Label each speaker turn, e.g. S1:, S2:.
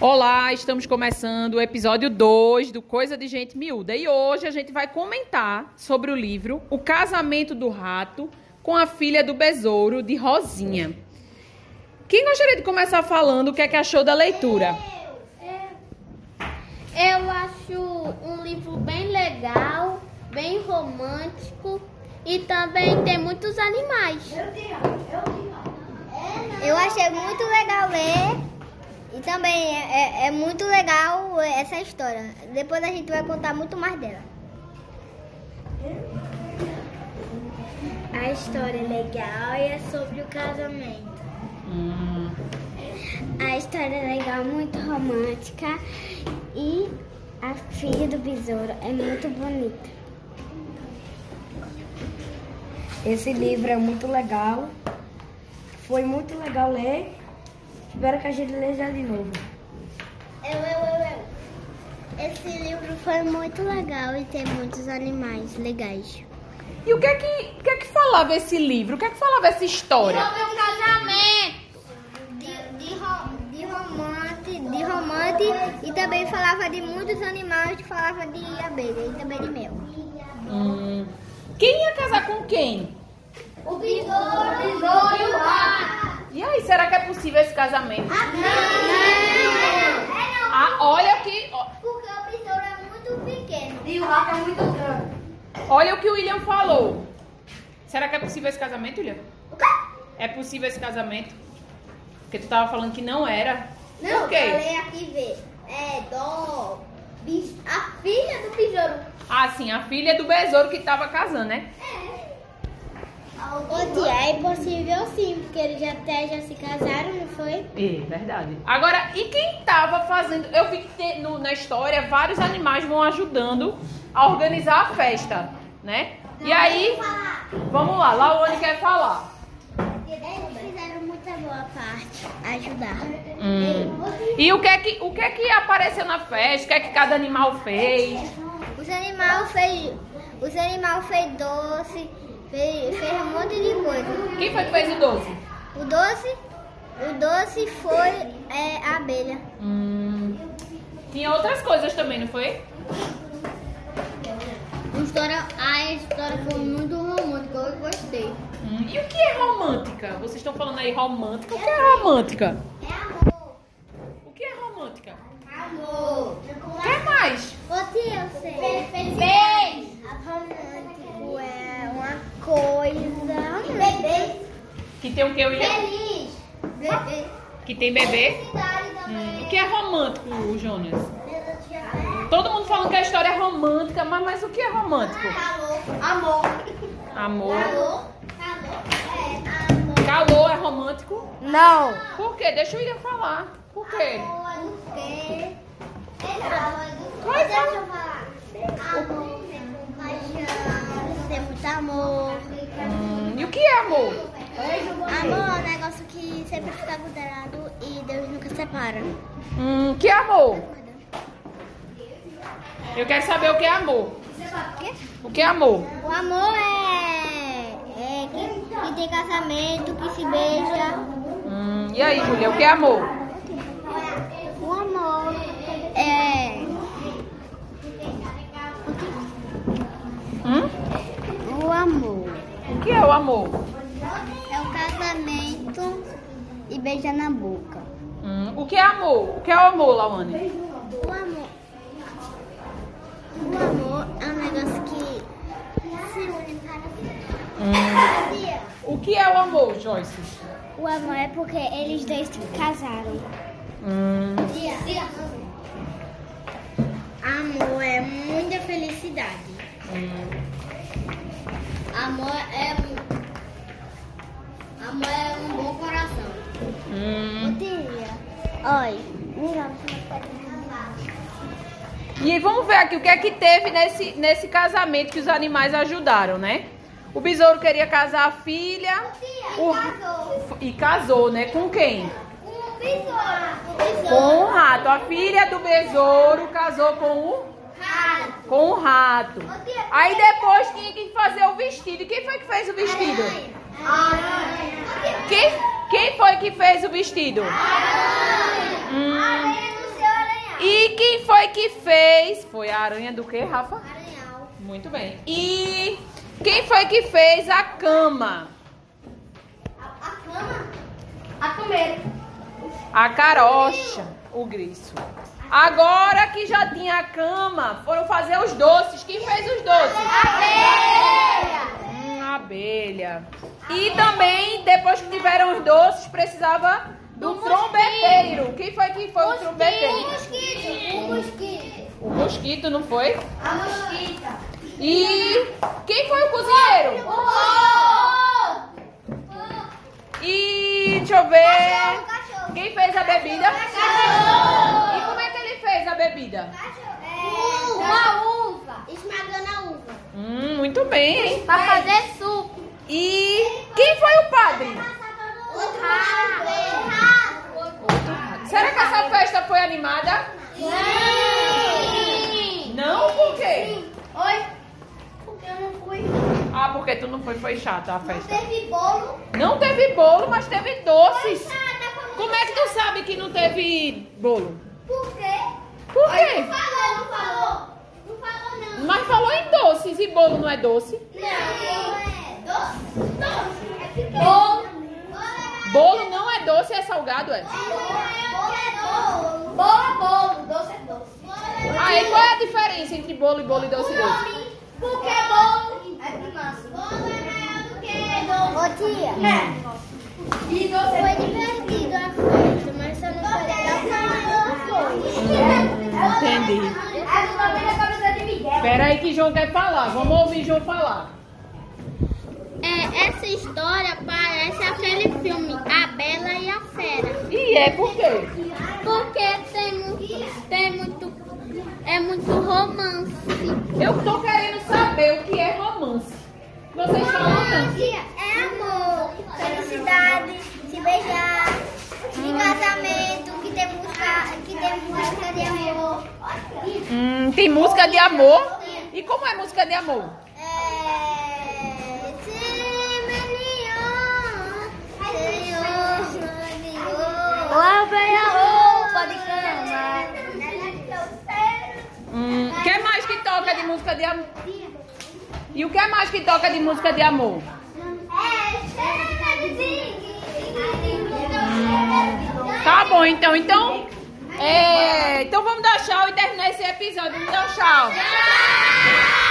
S1: Olá, estamos começando o episódio 2 do Coisa de Gente Miúda e hoje a gente vai comentar sobre o livro O Casamento do Rato com a Filha do Besouro de Rosinha. Quem gostaria de começar falando o que é que achou da leitura?
S2: Eu acho um livro bem legal, bem romântico e também tem muitos animais.
S3: Eu achei muito legal ler e também é, é- é muito legal essa história. Depois a gente vai contar muito mais dela.
S2: A história é legal e é sobre o casamento.
S3: A história é legal, muito romântica e a filha do besouro é muito bonita.
S4: Esse livro é muito legal. Foi muito legal ler. Espero que a gente leia de novo.
S3: Eu, eu, eu, eu. Esse livro foi muito legal e tem muitos animais legais.
S1: E o que é que, o que, é que falava esse livro? O que é que falava essa história?
S3: um casamento. De, de, ro- de romance, de romance e também falava de muitos animais, falava de abelha e também de mel.
S1: Hum. Quem ia casar com quem?
S3: O besouro, o besouro e o rato.
S1: E aí, será que é possível esse casamento?
S3: Não, não, é não,
S1: Ah, olha que, ó,
S3: porque o besouro é muito pequeno.
S1: Olha o que o William falou. Será que é possível esse casamento, William? É possível esse casamento? Porque tu tava falando que não era. Por quê?
S3: falei aqui ver. É dó. bis- A filha do besouro.
S1: Ah, sim, a filha do besouro que tava casando, né?
S3: É. Onde é impossível sim, porque eles já até já se casaram, não foi?
S1: É, verdade. Agora, e quem tava fazendo? Eu vi que te- no- na história vários animais vão ajudando a organizar a festa, né? E aí, vamos lá, Laone quer falar.
S3: Eles fizeram muita boa parte. Ajudar.
S1: Hum. E o que é que, o que, é que apareceu na festa? O que é que cada animal fez?
S3: Os animais fez. Os animais fez doce, fez, fez um monte de coisa.
S1: Quem foi que fez o doce?
S3: O doce, o doce foi é, a abelha.
S1: Hum. Tinha outras coisas também, não foi?
S3: A história, a história foi muito romântica, eu gostei.
S1: Hum, E o que é romântica? Vocês estão falando aí romântica. O que é romântica?
S3: É amor.
S1: O que é romântica?
S3: Amor.
S1: O que é mais?
S3: Você eu sei. Bebês. Romântico é uma coisa. Bebês.
S1: Que tem o que, William?
S3: Feliz. Bebês.
S1: Que tem bebê?
S3: Felicidade
S1: Hum, O que é romântico, Jonas?
S3: é.
S1: Todo mundo falando que a história é romântica, mas, mas o que é romântico?
S3: Amor.
S1: Amor.
S3: Calor. É, amor.
S1: Calor é romântico?
S4: Não!
S1: Por quê? Deixa o William falar. Por quê? Vai, fala.
S3: Tem muito amor.
S1: Hum, E o que é amor?
S3: Amor é um negócio que sempre fica grudado e Deus nunca separa.
S1: Hum, que é amor? Eu quero saber o que é amor. O que é amor?
S3: O amor é, é que, que tem casamento, que se beija.
S1: Hum, e aí, Julia, o que é amor?
S3: O amor é.
S1: Hum?
S3: O amor
S1: O que é o amor?
S3: é o casamento e beija na boca.
S1: Hum, o que é amor? O que é o amor, Lawane?
S3: O amor. O amor é um negócio que se une para
S1: O que é o amor, Hum. Joyce?
S3: O amor é porque eles dois se casaram.
S1: Hum,
S3: Amor é muita felicidade.
S1: hum.
S3: Amor é. Amor é um bom coração.
S1: hum.
S3: Poderia. Oi.
S1: E vamos ver aqui o que é que teve nesse, nesse casamento que os animais ajudaram, né? O besouro queria casar a filha. o- E casou, né? Com quem?
S3: Um besouro.
S1: Com o rato. A filha do besouro casou com o, com o rato. Aí depois tinha que fazer o vestido. E quem foi que fez o vestido? Quem, quem foi que fez o vestido? Hum, E quem foi que fez? Foi a aranha do que, Rafa?
S3: Aranhal.
S1: Muito bem. E quem foi que fez a cama?
S3: A, a cama. A comer.
S1: A carocha, o griso. Agora que já tinha a cama, foram fazer os doces. Quem fez os doces? Hum, a abelha. E também, depois que tiveram os doces, precisava do trombeteiro. Quem foi que foi o
S3: O
S1: trombeteiro?
S3: mosquito. O mosquito.
S1: O mosquito, não foi?
S3: A mosquita.
S1: E quem foi o cozinheiro?
S3: O
S1: E deixa eu ver.
S3: cachorro.
S1: Quem fez a bebida?
S3: Cachorro.
S1: E como é que ele fez a bebida?
S3: É, Uma uva. Esmagando a uva.
S1: Hum, muito bem, hein?
S3: Pra fazer suco.
S1: E quem foi o padre?
S3: O rato.
S1: Será que essa festa foi animada?
S3: Sim.
S1: Não, por quê?
S3: Oi. Porque eu não fui.
S1: Ah, porque tu não foi, foi chata a festa.
S3: Teve bolo.
S1: Não teve bolo, mas teve doces.
S3: Nada,
S1: Como é que tu sabe que não teve bolo?
S3: Por quê?
S1: Por
S3: Não
S1: quê?
S3: falou, não falou. Não falou, não.
S1: Mas falou em doces e bolo não é doce?
S3: Não, é doce. Doce. É pequeno.
S1: Bolo não é doce, é salgado, é?
S3: Bolo. Bolo é bolo. Doce é doce.
S1: Aí qual é a diferença entre bolo e bolo e
S3: Então,
S1: doce e doce?
S3: Porque bolo é de massa. Bolo é maior do que doce. Ô tia.
S2: É.
S3: E doce é Foi divertido a festa, mas só não foi
S2: é
S3: legal.
S1: Entendi. Espera aí que João quer falar. Vamos ouvir João falar.
S2: É, essa história parece aquele filme A Bela e a Fera.
S1: E é por quê?
S2: Porque tem muito, tem muito, é muito romance.
S1: Eu tô querendo saber o que é romance. Vocês falam
S3: É amor, felicidade, se beijar, de casamento, que tem música, que tem música de amor.
S1: Hum, tem música de amor. E como é música de amor?
S3: É, se menino, senhor, senhor.
S2: Lavei
S1: Hum, o que mais que toca de música de amor? E o que é mais que toca de música de amor? Tá bom, então. Então, é, então vamos dar tchau e terminar esse episódio. Vamos dar tchau. Tchau!